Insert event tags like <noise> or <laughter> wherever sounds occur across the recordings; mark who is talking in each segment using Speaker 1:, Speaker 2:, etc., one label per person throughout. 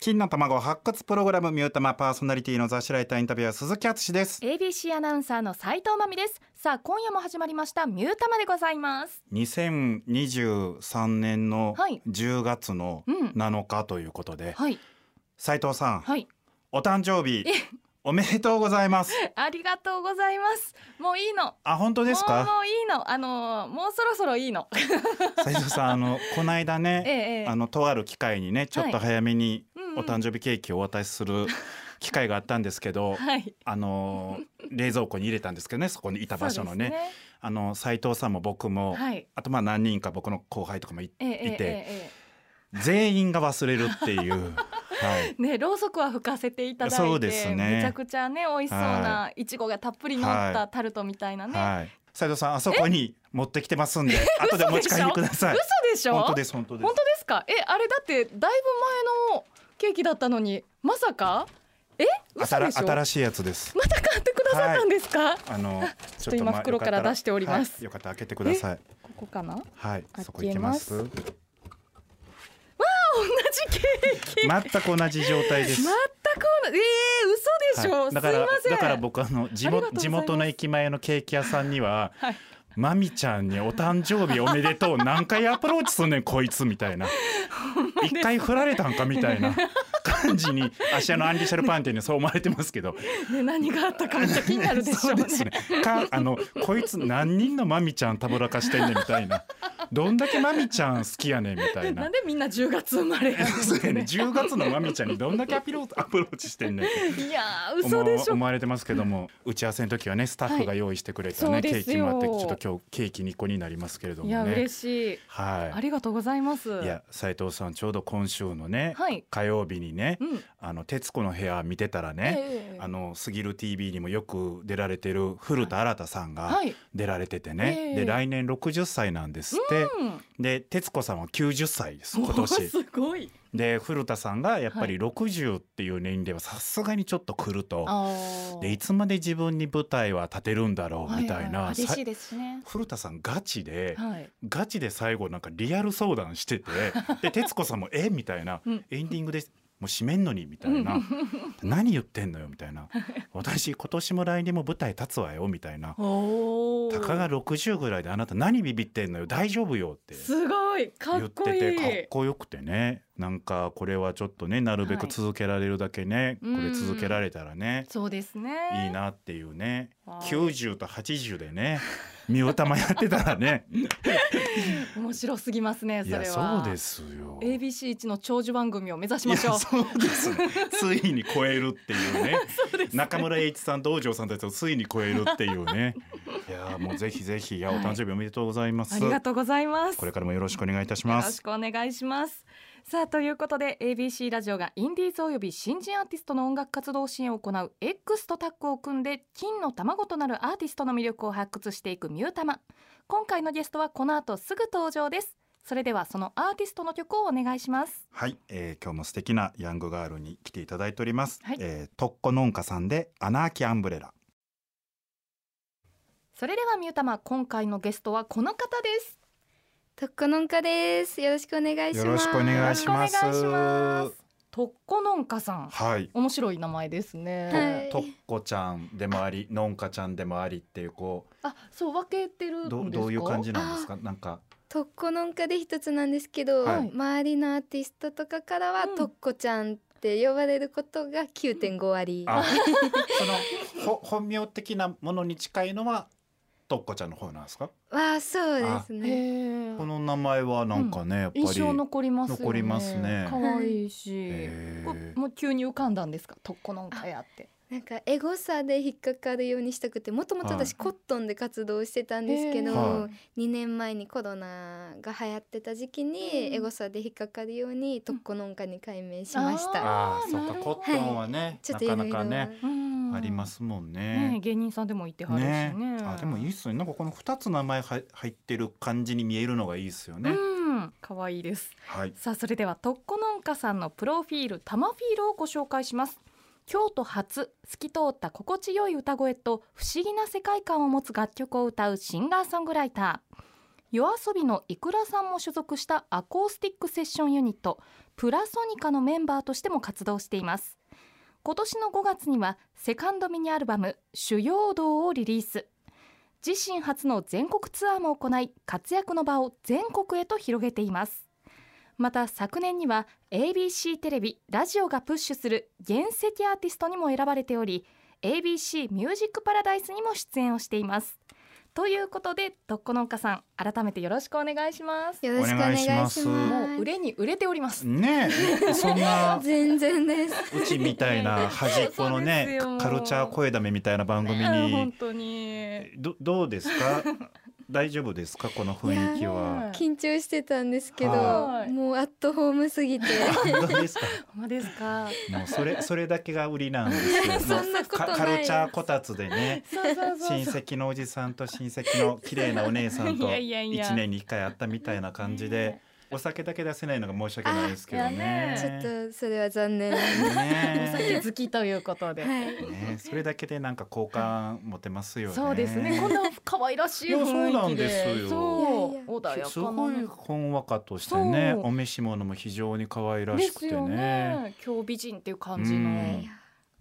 Speaker 1: 金の卵発掘プログラムミュータマパーソナリティの雑誌ライターインタビューは鈴木敦です
Speaker 2: ABC アナウンサーの斉藤真美ですさあ今夜も始まりましたミュータマでございます
Speaker 1: 2023年の
Speaker 2: はい
Speaker 1: 10月の
Speaker 2: うん
Speaker 1: 7日ということで
Speaker 2: はい
Speaker 1: 斉藤さん
Speaker 2: はい
Speaker 1: お誕生日
Speaker 2: え
Speaker 1: おめでとうございます
Speaker 2: ありがとうございますもういいの
Speaker 1: あ本当です
Speaker 2: もう
Speaker 1: か
Speaker 2: もういいのあのーもうそろそろいいの
Speaker 1: 斉藤さんあ
Speaker 2: <laughs>
Speaker 1: のこの間
Speaker 2: ええ
Speaker 1: ね
Speaker 2: ええ
Speaker 1: あのとある機会にねちょっと早めに
Speaker 2: うんうん
Speaker 1: お誕生日ケーキをお渡しする機会があったんですけど
Speaker 2: はい
Speaker 1: あの冷蔵庫に入れたんですけどねそこにいた場所の
Speaker 2: そう
Speaker 1: ね
Speaker 2: です
Speaker 1: あの斉藤さんも僕も、
Speaker 2: はい
Speaker 1: あとまあ何人か僕の後輩とかもい,、
Speaker 2: ええええ
Speaker 1: いて、
Speaker 2: え
Speaker 1: 全員が忘れるっていう
Speaker 2: <laughs>
Speaker 1: はい
Speaker 2: えねろうそくは吹かせていただいて
Speaker 1: そうですね
Speaker 2: めちゃくちゃね美味しそうないちごがたっぷり乗っ
Speaker 1: は
Speaker 2: たタルトみたいなね、
Speaker 1: はい斉藤さんあそこに持ってきてますんで後でお持ち帰りください
Speaker 2: 嘘でしょ
Speaker 1: 本当です本当です
Speaker 2: 本当ですかえあれだってだいぶ前のケーキだったのにまさかえ嘘でしょ
Speaker 1: 新新しいやつです
Speaker 2: また買ってくださったんですか、
Speaker 1: あのち
Speaker 2: ょっと今
Speaker 1: まあ
Speaker 2: 袋から
Speaker 1: よった
Speaker 2: 出しております
Speaker 1: はいよかったら開けてください
Speaker 2: ここかな
Speaker 1: はい
Speaker 2: 開けます
Speaker 1: そこ行きます
Speaker 2: 同じケーキ、
Speaker 1: 全く同じ状態です
Speaker 2: 全く同じえー、嘘でしょ、
Speaker 1: はいだから
Speaker 2: すいません
Speaker 1: だから僕あの地
Speaker 2: ありがとうござい
Speaker 1: 元
Speaker 2: ます
Speaker 1: 地元の駅前のケーキ屋さんには
Speaker 2: はい
Speaker 1: マミちゃんにお誕生日おめでとう何回アプローチすんねんこいつみたいな一回振られたんかみたいな感じに芦屋のアンリシャルパンティにそう思われてますけど
Speaker 2: ね何があったかめっちゃ気になるでし
Speaker 1: そ
Speaker 2: ょ
Speaker 1: う
Speaker 2: うね
Speaker 1: ですねかあのこいつ何人のマミちゃんたぶらかしてんねんみたいなどんだけマミちゃん好きやねんみたい
Speaker 2: な。
Speaker 1: なん
Speaker 2: でみんな10月生まれやの
Speaker 1: そうやね10月のマミちゃんにどんだけアピローアプローチしてんねん
Speaker 2: いやー
Speaker 1: 思
Speaker 2: 嘘
Speaker 1: わ
Speaker 2: でしょ
Speaker 1: 思われてますけども <laughs> 打ち合わせの時はねスタッフが用意してくれたね、
Speaker 2: はい
Speaker 1: ケ
Speaker 2: そう
Speaker 1: ー
Speaker 2: です
Speaker 1: キもあ
Speaker 2: よ
Speaker 1: ってちょっと今日ケーキ2個になりますけれども
Speaker 2: いや
Speaker 1: ね
Speaker 2: 嬉しいあ
Speaker 1: は
Speaker 2: りがとうございます
Speaker 1: いいや斉藤さんちょうど今週のね、
Speaker 2: はい
Speaker 1: 火曜日にね
Speaker 2: うん
Speaker 1: 「あの徹子の部屋」見てたらね、
Speaker 2: ええ
Speaker 1: あのすぎる TV にもよく出られてる古田新太さんが
Speaker 2: はい、
Speaker 1: 出られててね、
Speaker 2: ええ
Speaker 1: で来年60歳なんですって、
Speaker 2: うん、
Speaker 1: で徹子さんは90歳です今
Speaker 2: おー
Speaker 1: 年
Speaker 2: <laughs> すごい
Speaker 1: で古田さんがやっぱり60っていう年齢はさすがにちょっと来ると、
Speaker 2: あ
Speaker 1: でいつまで自分に舞台は立てるんだろうみたいな、
Speaker 2: はは
Speaker 1: さ
Speaker 2: 激しいですしね
Speaker 1: 古田さんガチで、
Speaker 2: はい
Speaker 1: ガチで最後なんかリアル相談して
Speaker 2: <laughs>
Speaker 1: てで徹子さんも「えみたいな、
Speaker 2: うん
Speaker 1: エンディングでもう締めんのに」みたいな「何言ってんのよ」みたいな「私今年も来年も舞台立つわよ」みたいな
Speaker 2: お
Speaker 1: 「
Speaker 2: ー
Speaker 1: たかが60ぐらいであなた何ビビってんのよ大丈夫よ」って
Speaker 2: すごいか
Speaker 1: 言
Speaker 2: っ
Speaker 1: っ
Speaker 2: こ
Speaker 1: て
Speaker 2: い
Speaker 1: て
Speaker 2: い
Speaker 1: かっこよくてねなんかこれはちょっとねなるべく続けられるだけね、
Speaker 2: はい
Speaker 1: これ続けられたらね
Speaker 2: そうですね
Speaker 1: いいなっていうね
Speaker 2: はい
Speaker 1: 90と80でね三尾玉やってたらね
Speaker 2: 面白すぎますね
Speaker 1: い
Speaker 2: <laughs> それは
Speaker 1: やそうですよ
Speaker 2: ABC 一の長寿番組を目指し
Speaker 1: い
Speaker 2: ま
Speaker 1: や
Speaker 2: しょう
Speaker 1: そうですねついに超えるっていう
Speaker 2: <laughs>
Speaker 1: ね中村栄一さん道場さんたちをついに超えるっていう
Speaker 2: <laughs>
Speaker 1: ねいやもうぜひぜひいやお誕生日おめでとうございます、
Speaker 2: ありがとうございます
Speaker 1: これからもよろしくお願いいたし
Speaker 2: よ
Speaker 1: ま
Speaker 2: ろ
Speaker 1: す
Speaker 2: しくお願いしますさあということで ABC ラジオがインディーズおよび新人アーティストの音楽活動支援を行う X とタッグを組んで金の卵となるアーティストの魅力を発掘していくミュータマ今回のゲストはこの後すぐ登場ですそれではそのアーティストの曲をお願いします
Speaker 1: はい、えー今日も素敵なヤングガールに来ていただいております、
Speaker 2: はい
Speaker 1: えーとっこのんかさんでアナーキアンブレラ
Speaker 2: それではミュータマ今回のゲストはこの方です
Speaker 3: とっこのんかです。よろしくお願いします。
Speaker 1: よろしくお願いします
Speaker 2: よろしくお願いしますとっこのんかさん
Speaker 1: はい
Speaker 2: 面白い名前ですね、
Speaker 3: はい
Speaker 1: とっこちゃんでもありのんかちゃんでもありっていうこ
Speaker 2: あ、そう分けてるん
Speaker 1: う
Speaker 2: です
Speaker 1: ど
Speaker 2: か
Speaker 1: うどういう感じなんですかなんか
Speaker 3: とっこのんかで一つなんですけど、
Speaker 1: はい
Speaker 3: 周りのアーティストとかからは、
Speaker 2: うん
Speaker 3: とっこちゃんって呼ばれることが9.5割。
Speaker 2: <laughs>
Speaker 1: あそのほ本名的なものに近いのはとっこちゃんの方なんですか
Speaker 3: わあ、そうです
Speaker 2: へ
Speaker 3: ね。
Speaker 2: ー
Speaker 1: この名前はなんかね、やっぱり
Speaker 2: 印象残りますよね
Speaker 1: 残りますね
Speaker 2: 可愛いし、
Speaker 1: へー
Speaker 2: これもう急に浮かんだんですかとっこのんかやって
Speaker 3: なんかエゴさで引っかかるようにしたくて、もともと私コットンで活動してたんですけど、
Speaker 1: へーは
Speaker 3: 2年前にコロナが流行ってた時期
Speaker 2: うん
Speaker 3: にエゴさで引っかかるようにとっこのんかに改名しました。
Speaker 1: ああ
Speaker 2: あー
Speaker 1: そっ
Speaker 2: な
Speaker 1: か
Speaker 2: る
Speaker 1: コ
Speaker 2: ほど
Speaker 1: ットンはね、
Speaker 3: ちょ
Speaker 1: な
Speaker 3: っといろ
Speaker 1: か
Speaker 3: いろ
Speaker 1: なかね、
Speaker 2: うん
Speaker 1: ありますもん
Speaker 2: ね
Speaker 1: ね
Speaker 2: え芸人さんでもいてはるしね
Speaker 1: ねあでもいいっすねなんかこの二つ名前は入ってる感じに見えるのがいいっすよね、
Speaker 2: うん可愛いです
Speaker 1: はい
Speaker 2: さあそれではとっこのんかさんのプロフィールタマフィールをご紹介します京都初透き通った心地よい歌声と不思議な世界観を持つ楽曲を歌うシンガーソングライター夜遊びのいくらさんも所属したアコースティックセッションユニットプラソニカのメンバーとしても活動しています今年の5月にはセカンドミニアルバム「主要道」をリリース自身初の全国ツアーも行い活躍の場を全国へと広げていますまた昨年には ABC テレビラジオがプッシュする原石アーティストにも選ばれており ABC ミュージックパラダイスにも出演をしていますということでどっこのおかさん改めてよろしくお願いします
Speaker 3: よろしくお願いします。
Speaker 1: お願
Speaker 2: もう売れに売れております
Speaker 1: ねえ
Speaker 2: <laughs>
Speaker 1: そんな
Speaker 3: 全然です。
Speaker 1: うちみたいな端っこのね
Speaker 2: そうですよ
Speaker 1: カルチャー声だめみたいな番組
Speaker 2: うん本
Speaker 1: に
Speaker 2: 当に
Speaker 1: どどうですか大丈夫ですかこの雰囲気は。
Speaker 2: ね
Speaker 3: 緊張してたんですけど、
Speaker 1: はい
Speaker 3: もうアットホームす
Speaker 1: <laughs>
Speaker 3: ぎて
Speaker 1: 本当ですか
Speaker 2: ほんまですか
Speaker 1: もうそ
Speaker 2: <laughs>
Speaker 1: れそれだけが売りなんですけ
Speaker 3: そ
Speaker 1: ど
Speaker 3: んなこと
Speaker 1: か
Speaker 3: ない
Speaker 1: カルチャーこたつでね
Speaker 2: そうそうそう
Speaker 1: 親戚のおじさんと親戚の綺麗なお姉さんと
Speaker 2: <laughs> いやいやいや
Speaker 1: 1年に1回会ったみたいな感じでお酒だけ出せないのが申し訳ないですけどね
Speaker 2: あ。
Speaker 3: ちょっとそれは残念。は
Speaker 2: お酒
Speaker 1: ね
Speaker 2: 好きということで、
Speaker 3: い。
Speaker 1: ねそれだけでなんか好感持てますよね。
Speaker 2: そうですねこんな可愛らしい雰囲
Speaker 1: いや
Speaker 2: 気で
Speaker 1: そうなんですよ
Speaker 2: そう
Speaker 3: いやいや
Speaker 2: 穏や
Speaker 1: す
Speaker 2: か
Speaker 1: ご
Speaker 2: ない
Speaker 1: ほんわかとしてね
Speaker 2: そう
Speaker 1: お召し物も非常に可愛ら
Speaker 2: で
Speaker 1: しく
Speaker 2: す
Speaker 1: て
Speaker 2: よ
Speaker 1: ね。
Speaker 2: ね今日美人っていう感じ
Speaker 1: うん
Speaker 2: の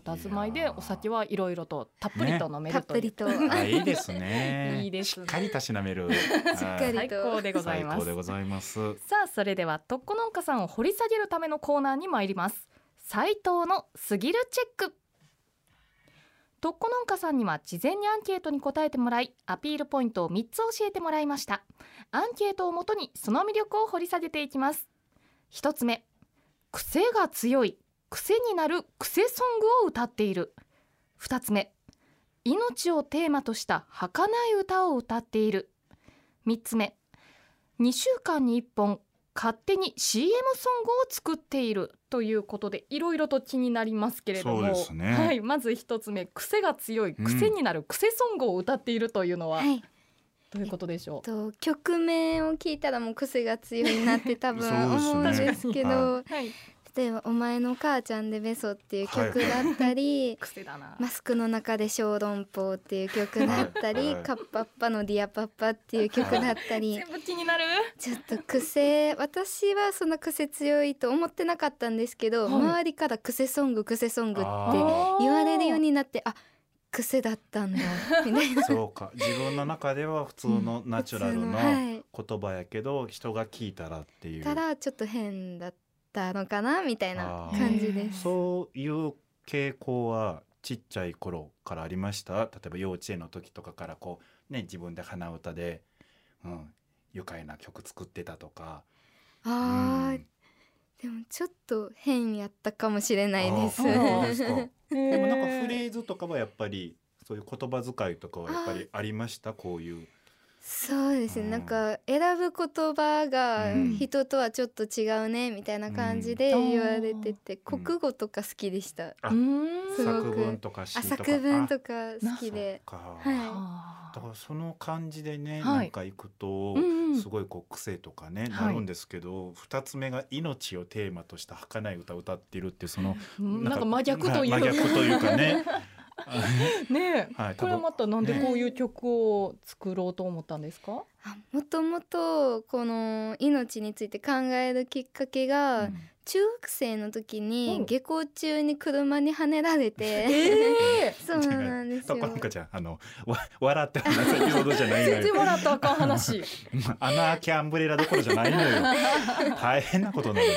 Speaker 2: 佇まい
Speaker 1: い
Speaker 2: で
Speaker 1: やー
Speaker 2: お酒はいろいろとたっぷりと飲め
Speaker 3: た
Speaker 2: る
Speaker 3: っ
Speaker 2: とい
Speaker 3: ぷ
Speaker 2: う、
Speaker 3: りと。
Speaker 1: あいいですね
Speaker 2: いいです
Speaker 1: し
Speaker 2: ね
Speaker 1: っかりたしなめ
Speaker 3: <laughs>
Speaker 1: るし
Speaker 3: っかり
Speaker 2: 最高でござい
Speaker 1: 最
Speaker 2: ま
Speaker 1: 高
Speaker 2: す
Speaker 1: でございます
Speaker 2: さあそれではとっこのんかさんを掘り下げるためのコーナーに参ります斉藤のすぎるチェックとっこのんかさんには事前にアンケートに答えてもらいアピールポイントを3つ教えてもらいましたアンケートをもとにその魅力を掘り下げていきます1つ目癖が強い癖になる癖ソングを歌っている2つ目命をテーマとした儚い歌を歌っている3つ目2週間に1本勝手に CM ソングを作っているということでいろいろと気になりますけれども
Speaker 1: そうですね
Speaker 2: はい、まず一つ目癖が強い
Speaker 1: うん
Speaker 2: 癖になる癖ソングを歌っているというのは、
Speaker 3: はい。
Speaker 2: どういうことでしょう、
Speaker 3: と曲名を聞いたらもう癖が強いなって多分思
Speaker 1: <laughs> そううんですね
Speaker 3: ですけど
Speaker 1: は
Speaker 2: はい、
Speaker 3: 例えば「お前の母ちゃんでベソ」っていう曲だったり、
Speaker 2: 癖だな、
Speaker 3: マスクの中で小籠包っていう曲だった
Speaker 1: は
Speaker 3: り、
Speaker 1: いはい
Speaker 3: カッパッパのディアパッパっていう曲だったり、
Speaker 2: 全部気になる
Speaker 3: ちょっと癖、私はそんな癖強いと思ってなかったんですけど、
Speaker 2: はい
Speaker 3: 周りから癖ソング、癖ソングって
Speaker 1: あ
Speaker 3: 言われるようになって、あ、癖だっ
Speaker 1: <laughs>
Speaker 3: たんだ、みたいな。
Speaker 1: そうか自分の中では普通のナチュラル
Speaker 3: 普通の
Speaker 1: な
Speaker 3: はい。
Speaker 1: 言葉やけど人が聞いたらっていう
Speaker 3: たら、ちょっと変だったのかな、みたいな感じです。
Speaker 1: そういう傾向はちっちゃい頃からありました例えば幼稚園の時とかからこうね自分で鼻歌で、うん、愉快な曲作ってたとか。
Speaker 3: あ
Speaker 1: う
Speaker 3: ー
Speaker 1: ん、
Speaker 3: でもちょっと変やったかもしれないです。
Speaker 1: あー本当
Speaker 3: は
Speaker 1: です
Speaker 3: <laughs>
Speaker 1: か
Speaker 2: で
Speaker 1: でもなんかフレーズとかはやっぱりそういう言葉遣いとかはやっぱりありましたこういう。
Speaker 3: そうです
Speaker 1: う
Speaker 3: ね
Speaker 1: ん
Speaker 3: なんか選ぶ言葉が
Speaker 1: うん
Speaker 3: 人とはちょっと違うねみたいな感じで
Speaker 2: うん
Speaker 3: 言われてて、
Speaker 1: うん
Speaker 3: 国語とか好きでした、
Speaker 2: うーん
Speaker 3: すご
Speaker 1: 作
Speaker 3: く
Speaker 1: 文とか詩
Speaker 3: あ
Speaker 1: とか。
Speaker 3: 作文と
Speaker 1: か
Speaker 3: か好きで
Speaker 1: か。
Speaker 3: はい
Speaker 2: あ
Speaker 1: だか
Speaker 2: ー
Speaker 1: らその感じでね、
Speaker 2: はい
Speaker 1: なんか行くと、
Speaker 2: うんうん
Speaker 1: すごいこう癖とかね、
Speaker 2: はい
Speaker 1: なるんですけど二つ目が命をテーマとした儚い歌を歌っているっていうその
Speaker 2: うんなんか真逆という
Speaker 1: ま
Speaker 2: か
Speaker 1: あ真逆というかねあ
Speaker 2: <laughs> ねえ、
Speaker 1: はい
Speaker 2: これはまたなんで
Speaker 1: ね
Speaker 2: こういう曲を作ろうと思ったんですか、
Speaker 3: あもともとこの命について考えるきっかけが、
Speaker 1: うん
Speaker 3: 中学生の時
Speaker 2: う
Speaker 3: に
Speaker 2: ん
Speaker 3: 下校中に車にはねら
Speaker 1: <laughs>
Speaker 3: れて、
Speaker 2: え
Speaker 3: そうなんです
Speaker 1: と
Speaker 3: よ
Speaker 1: ころかちゃんあのわ笑って話せるほどじゃないの
Speaker 2: <laughs> 全然
Speaker 1: よ
Speaker 2: 笑ったらあかん
Speaker 1: <laughs>
Speaker 2: 話
Speaker 1: アナーキアンブレラどころじゃないのよ大変なことなのよ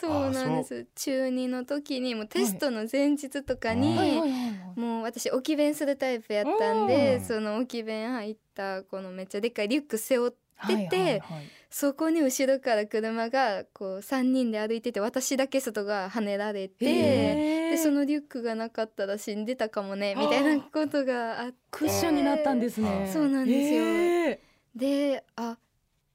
Speaker 3: そうなんです中二の時にもうテストの前日とかに、
Speaker 1: はい
Speaker 2: はいはい
Speaker 3: もう私置き弁するタイプやったんで、
Speaker 1: うん
Speaker 3: その置き弁入ったこのめっちゃでっかいリュック背負って出て
Speaker 2: はいはいはい
Speaker 3: そこに後ろから車がこう3人で歩いてて私だけ外が跳ねられて、
Speaker 2: えー
Speaker 3: でそのリュックがなかったら死んでたかもねみたいなことがあって
Speaker 2: クッションになったんですね
Speaker 1: あ。
Speaker 3: そうなんですよ
Speaker 2: え
Speaker 3: であ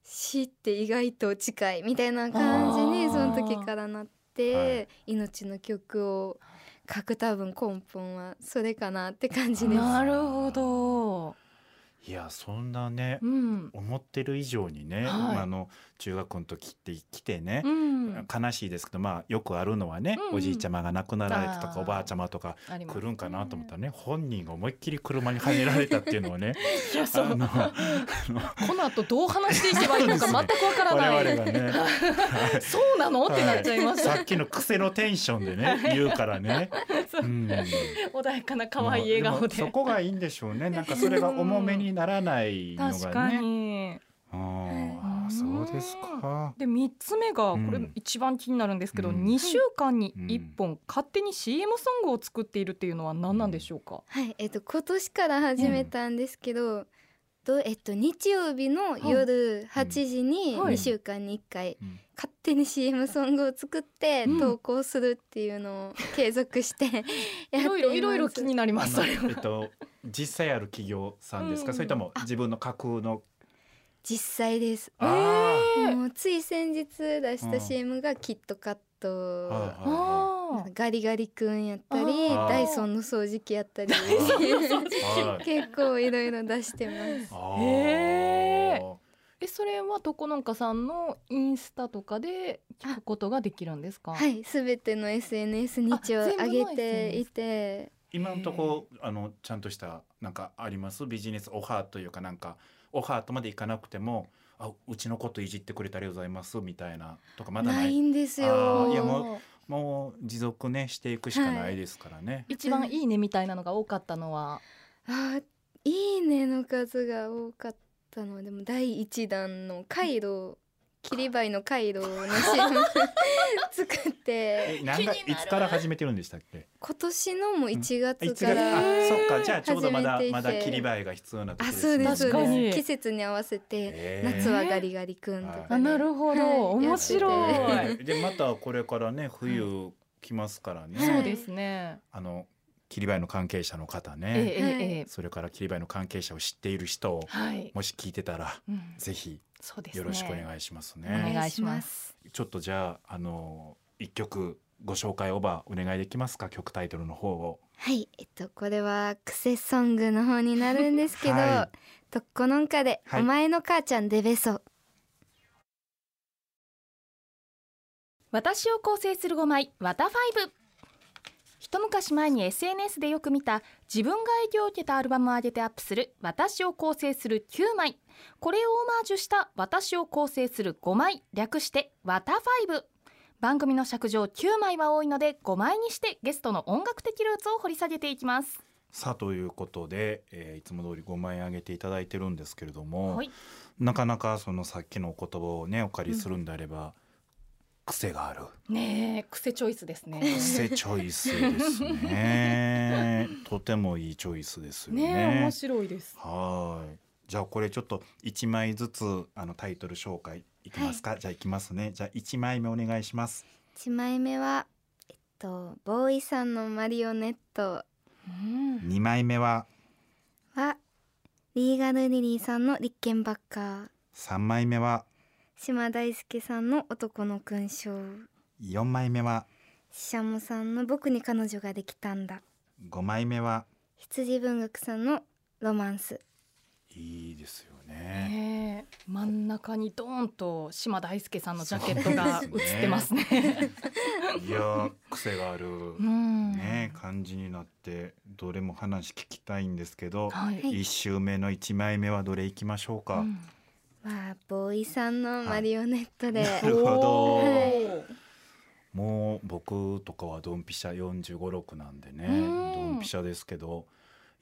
Speaker 3: 死って意外と近いみたいな感じに
Speaker 2: あー
Speaker 3: その時からなって、
Speaker 1: はい
Speaker 3: 命の曲を書く多分根本はそれかなって感じ
Speaker 2: ー
Speaker 3: です。
Speaker 2: なるほど。
Speaker 1: いやそんなね、
Speaker 2: うん。
Speaker 1: 思ってる以上にね、
Speaker 2: はい
Speaker 1: まああの中学校の時って来てね
Speaker 2: う、ん。
Speaker 1: 悲しいですけどまあよくあるのはね、
Speaker 2: うんうん
Speaker 1: おじいちゃまが亡くなられたと
Speaker 2: あ
Speaker 1: か
Speaker 2: ー
Speaker 1: おばあちゃまとか
Speaker 2: あります
Speaker 1: 来るんかなと思ったらね本人が思いっきり車にはねられたっていうのはね
Speaker 2: いや <laughs> そう
Speaker 1: あの
Speaker 2: この後どう話していけばいいのか全くわか
Speaker 1: <laughs>
Speaker 2: ら
Speaker 1: 我
Speaker 2: ない。
Speaker 1: 々がね
Speaker 2: そうなのっ
Speaker 1: はい
Speaker 2: てなっちゃいました。
Speaker 1: さっきの癖のテンションでね言うからね。
Speaker 2: そう
Speaker 1: うん
Speaker 2: <laughs> 穏やかな可愛い
Speaker 1: ま
Speaker 2: 笑顔
Speaker 1: あもそ
Speaker 2: で。
Speaker 1: こがいいんでしょう
Speaker 2: <laughs>
Speaker 1: ね。なんかそれが重めにならないの
Speaker 2: 確
Speaker 1: が
Speaker 2: か
Speaker 1: ね。
Speaker 2: に。
Speaker 1: ああ、そうですか。
Speaker 2: で三つ目が
Speaker 1: う
Speaker 2: こ
Speaker 1: ん
Speaker 2: れ一番気になるんですけど、
Speaker 1: うん
Speaker 2: 二週間に一
Speaker 1: う
Speaker 2: 本勝手に CM ソングを作っているっていうのは何なんでしょうか。
Speaker 3: はい、えっと今年から始めたんですけど、とえっと日曜日の夜8時に
Speaker 2: はい
Speaker 3: 2週間に1回
Speaker 1: うん
Speaker 3: 勝手に CM ソングを作って
Speaker 2: うん
Speaker 3: 投稿するっていうのを継続して <laughs> やっ
Speaker 2: い
Speaker 3: て
Speaker 2: ろいろいろいろ気に
Speaker 3: な
Speaker 2: なり
Speaker 1: あ
Speaker 2: ます。
Speaker 1: の
Speaker 2: それ
Speaker 1: え
Speaker 2: は
Speaker 1: っと実際ある企業さんですか。
Speaker 2: うん
Speaker 1: それとも自分の架空の。
Speaker 3: 実際です。
Speaker 1: あー
Speaker 3: もうつい先日出し
Speaker 1: う
Speaker 3: た
Speaker 1: ん
Speaker 3: CM がキットカット、
Speaker 1: はいは
Speaker 2: あー
Speaker 3: ガリガリくんやったり
Speaker 1: あー
Speaker 3: ダイソンの掃除機やったり
Speaker 1: いはいはい。
Speaker 3: <laughs> 結構いろいろ出してます。
Speaker 1: あ
Speaker 2: へ
Speaker 1: ー
Speaker 2: えそれはとこのんかさんのインスタとかで聞くことができるんですか。
Speaker 3: は。い、すべての SNS に一応
Speaker 2: あ全部の
Speaker 3: 上げていて、
Speaker 1: 今のとこあのちゃんとしたなんかありますビジネスオファーというかなんかオファーとまでいかなくてもあうちのこといじってくれてありがとうございますみたいなとかまだ
Speaker 3: な
Speaker 1: ない
Speaker 3: いんです
Speaker 1: あ
Speaker 3: よ。
Speaker 1: ーいやももう持続ねしていくしかないですからね。
Speaker 2: 一番いいねみたいなのが多かったのは。
Speaker 3: あーいいねの数が多かったのはでも第一弾のカイロ切り灰のカイロの CM <laughs> 作って
Speaker 1: えなんか
Speaker 2: 気になる
Speaker 1: いつから始めてるんでしたっけ？
Speaker 3: 今年のも1
Speaker 1: あい
Speaker 3: 月
Speaker 1: つ
Speaker 3: か、
Speaker 1: かららあ
Speaker 2: えー
Speaker 1: そっかじゃあちょうどまだ
Speaker 3: 始めていて
Speaker 1: まだ切り映えが必要な時
Speaker 3: あ
Speaker 1: です
Speaker 3: そう
Speaker 1: ね。
Speaker 3: です
Speaker 2: 確かに
Speaker 3: そうです季節に合わせて、
Speaker 1: えー
Speaker 3: 夏はガリガリくんとかね、
Speaker 1: あ
Speaker 2: ほ
Speaker 3: はい
Speaker 2: 面白
Speaker 1: え
Speaker 2: い。
Speaker 1: ーでまたこれからね冬来ますからね。
Speaker 3: はい。
Speaker 2: そうですね。
Speaker 1: あの切り映えの関係者の方
Speaker 2: ええ
Speaker 1: ね、
Speaker 2: ええええ。
Speaker 1: それから切り映えの関係者を知っている人を
Speaker 2: はい。
Speaker 1: もし聞いてたら
Speaker 2: うん
Speaker 1: ぜひ
Speaker 2: そうですね。
Speaker 1: よろしくお願いします
Speaker 2: お願い
Speaker 1: ね。
Speaker 2: します
Speaker 1: ちょっとじゃああの一曲ご紹介オーバーお願いできますか曲タイトルの方を。
Speaker 3: はい、えっとこれはクセソングの方になるんですけど、
Speaker 1: は
Speaker 3: とっこのんかで、
Speaker 1: はい
Speaker 3: お前の母ちゃんでべそ。
Speaker 2: 私を構成する5枚ワタファイブ一昔前に SNS でよく見た自分が影響を受けたアルバムを上げてアップする私を構成する9枚これをオマージュした私を構成する5枚略してワタファイブ番組の尺上9枚は多いので5枚にしてゲストの音楽的ルーツを掘り下げていきます
Speaker 1: さあということで、えーいつも通り5万円上げていただいてるんですけれども、
Speaker 2: はい
Speaker 1: なかなかそのさっきのお言葉をねお借りするんであれば、癖がある
Speaker 2: ねえ癖チョイスですね
Speaker 1: 癖チョイスですねとてもいいチョイスですよね
Speaker 2: 白いです
Speaker 1: はーいじゃあこれちょっと1枚ずつあのタイトル紹介いきますか、じゃあいきますねじゃあ1枚目お願いします
Speaker 3: 一枚目はえっとボーイさんのマリオネット
Speaker 2: うん
Speaker 1: 2枚目は
Speaker 3: はリーガルリリーさんの立憲バッカー、
Speaker 1: 3枚目は
Speaker 3: 島大輔さんの男の勲章、
Speaker 1: 4枚目は
Speaker 3: シシャモさんの僕に彼女ができたんだ、
Speaker 1: 5枚目は
Speaker 3: 羊文学さんのロマンス。
Speaker 1: いいですよね
Speaker 2: ねえ真ん中にドーンと島大輔さんのジャケットが
Speaker 1: そうです
Speaker 2: 映っ
Speaker 1: ね
Speaker 2: てますね。
Speaker 1: いやー癖がある、
Speaker 2: うん
Speaker 1: ね感じになってどれも話聞きたいんですけど、
Speaker 2: はい。
Speaker 1: 一周目の一枚目はどれいきましょうか、
Speaker 2: うん
Speaker 3: まあボーイさんのマリオネットで、
Speaker 1: なるほど
Speaker 2: おー
Speaker 1: もう僕とかはドンピシャ4 5 6なんでね
Speaker 2: うん
Speaker 1: ドンピシャですけど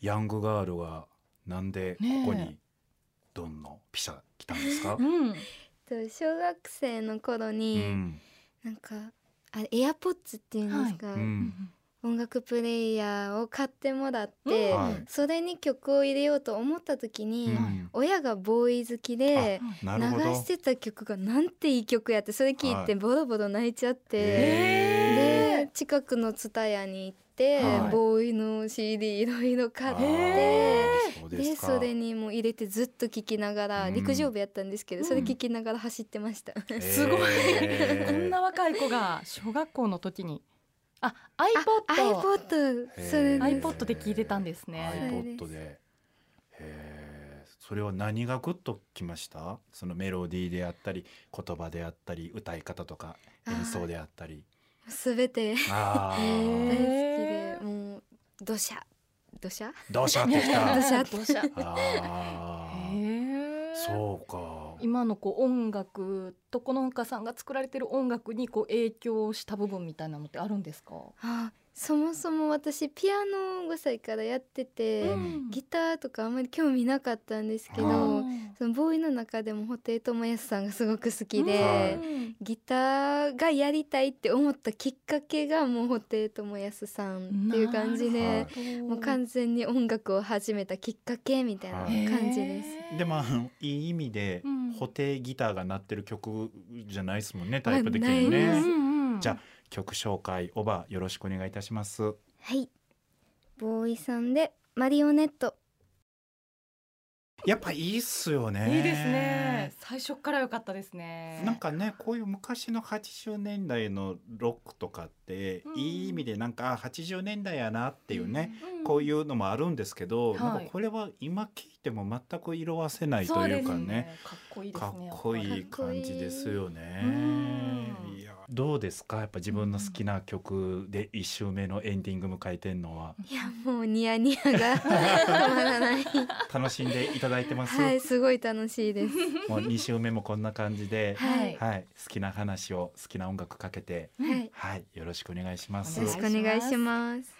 Speaker 1: ヤングガールはなんでここ
Speaker 2: ね
Speaker 1: にドンのピシャ来たんですか、
Speaker 2: うん。
Speaker 3: と小学生の頃
Speaker 1: う
Speaker 3: に、
Speaker 1: ん
Speaker 3: なんかあれエアポッツっていうんですか、
Speaker 1: う
Speaker 2: うんん
Speaker 3: 音楽プレイヤーを買ってもらって、
Speaker 2: うん
Speaker 1: はい
Speaker 3: それに曲を入れようと思った時に、
Speaker 1: うん
Speaker 3: 親がボーイ好きで
Speaker 1: な
Speaker 3: 流
Speaker 1: るほど
Speaker 3: してた曲がなんていい曲やってそれ聞い
Speaker 1: はい
Speaker 3: てボロボロ泣いちゃって、
Speaker 1: へ
Speaker 3: で近くのツタヤに行って、
Speaker 1: はい
Speaker 3: ボーイの CD いろいろ
Speaker 1: ー
Speaker 3: 買っ
Speaker 1: あ
Speaker 3: て。
Speaker 1: ーそう
Speaker 3: で
Speaker 1: ですか
Speaker 3: それにもう入れてずっと聴きながら、
Speaker 1: うん
Speaker 3: 陸上部やったんですけど、
Speaker 2: うん
Speaker 3: それ聴きながら走ってました。
Speaker 2: すごい
Speaker 1: へー
Speaker 2: <laughs> こんな若い子が小学校の時に、あ、iPod。
Speaker 1: へー
Speaker 3: iPod それ
Speaker 1: へ
Speaker 3: です
Speaker 1: ー
Speaker 2: iPod で聞いてたんですね
Speaker 3: そうです
Speaker 1: iPod で。へーそれは何がグッときましたそのメロディーであったり言葉であったり歌い方とか
Speaker 3: あー
Speaker 1: 演奏であったり
Speaker 3: すべて
Speaker 1: ああ
Speaker 2: へ
Speaker 3: 大好き
Speaker 1: ー
Speaker 2: え
Speaker 3: でもう土砂土砂
Speaker 1: どうしゃってきた
Speaker 2: <laughs>
Speaker 3: 土砂
Speaker 2: 土砂
Speaker 1: あー
Speaker 2: へえ
Speaker 1: そうか
Speaker 2: 今のこう音楽とこのほかさんが作られてる音楽にこう影響した部分みたいなのってあるんですか、
Speaker 3: あそもそも私ピアノを5歳からやってて、
Speaker 1: うん
Speaker 3: ギターとかあんまり興味なかったんですけ
Speaker 1: あ
Speaker 3: ど
Speaker 1: ー
Speaker 3: そのボーイの中でも布袋寅泰さんがすごく好き
Speaker 1: は
Speaker 3: で
Speaker 1: い。
Speaker 3: ギターがやりたいって思ったきっかけがもう布袋寅泰さんっていう感じ
Speaker 1: なる
Speaker 3: で
Speaker 1: ほ
Speaker 3: もう完全に音楽を始めたきっかけみたいな
Speaker 1: はい
Speaker 3: 感じです。
Speaker 1: でもあのいい意味で
Speaker 2: うん
Speaker 1: 布袋ギターが鳴ってる曲じゃないですもんね
Speaker 3: まあ
Speaker 1: タイプ的
Speaker 3: ない
Speaker 1: に
Speaker 3: で
Speaker 1: ね、
Speaker 3: す
Speaker 1: じゃあ曲紹介オバよろしくお願いいたします
Speaker 3: はいボーイさんでマリオネット
Speaker 1: やっぱいいっすよね
Speaker 2: いいですね最初から良かったですね
Speaker 1: なんかねこういう昔の80年代のロックとかって、
Speaker 2: うん
Speaker 1: いい意味でなんかあ80年代やなっていうね、
Speaker 2: ん
Speaker 1: こういうのもあるんですけど、
Speaker 2: はい
Speaker 1: なんかこれは今聞いても全く色褪せないと
Speaker 2: そ
Speaker 1: いう
Speaker 2: です
Speaker 1: かね
Speaker 2: かっこいいです
Speaker 1: かっ
Speaker 2: ね
Speaker 1: こい
Speaker 2: や
Speaker 1: い
Speaker 2: っぱ
Speaker 1: 感じですよね
Speaker 2: かっこいいうん。
Speaker 1: いやどうですかやっぱ自分の好きな曲で1周目のエンディング迎えてん
Speaker 2: <laughs>
Speaker 1: のは
Speaker 3: いやもうニヤニヤ
Speaker 1: <laughs>
Speaker 3: が止まらない
Speaker 1: 楽しんでいただいてます、
Speaker 3: はいすごい楽しいです
Speaker 1: もう2周目もこんな感じで、
Speaker 3: は
Speaker 2: はいい、
Speaker 1: はい、好きな話を好きな音楽かけて、
Speaker 2: うん
Speaker 3: はい
Speaker 1: はい、よろしくお願いします
Speaker 3: よろしくお願いします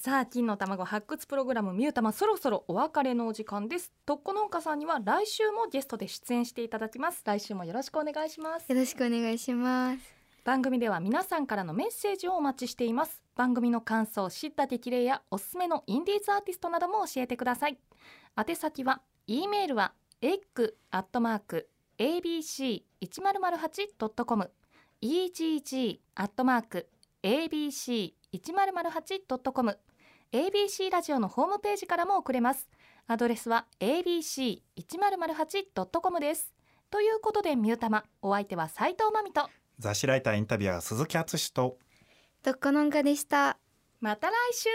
Speaker 2: さあ金の卵発掘プログラムミュータマそろそろお別れのお時間ですとっこのほかさんには来週もゲストで出演していただきます来週もよろしくお願いします
Speaker 3: よろしくお願いします
Speaker 2: 番組では皆さんからのメッセージをお待ちしています番組の感想知った激励やおすすめのインディーズアーティストなども教えてください宛先は e メールは egg.abc1008.com egg.abc1008.com abc ラジオのホームページからも送れますアドレスは abc1008.com ですということでミュータマお相手は斉藤真美と
Speaker 1: 雑誌ライターインタビュアー鈴木敦史と
Speaker 3: どっこのんかでした
Speaker 2: また来週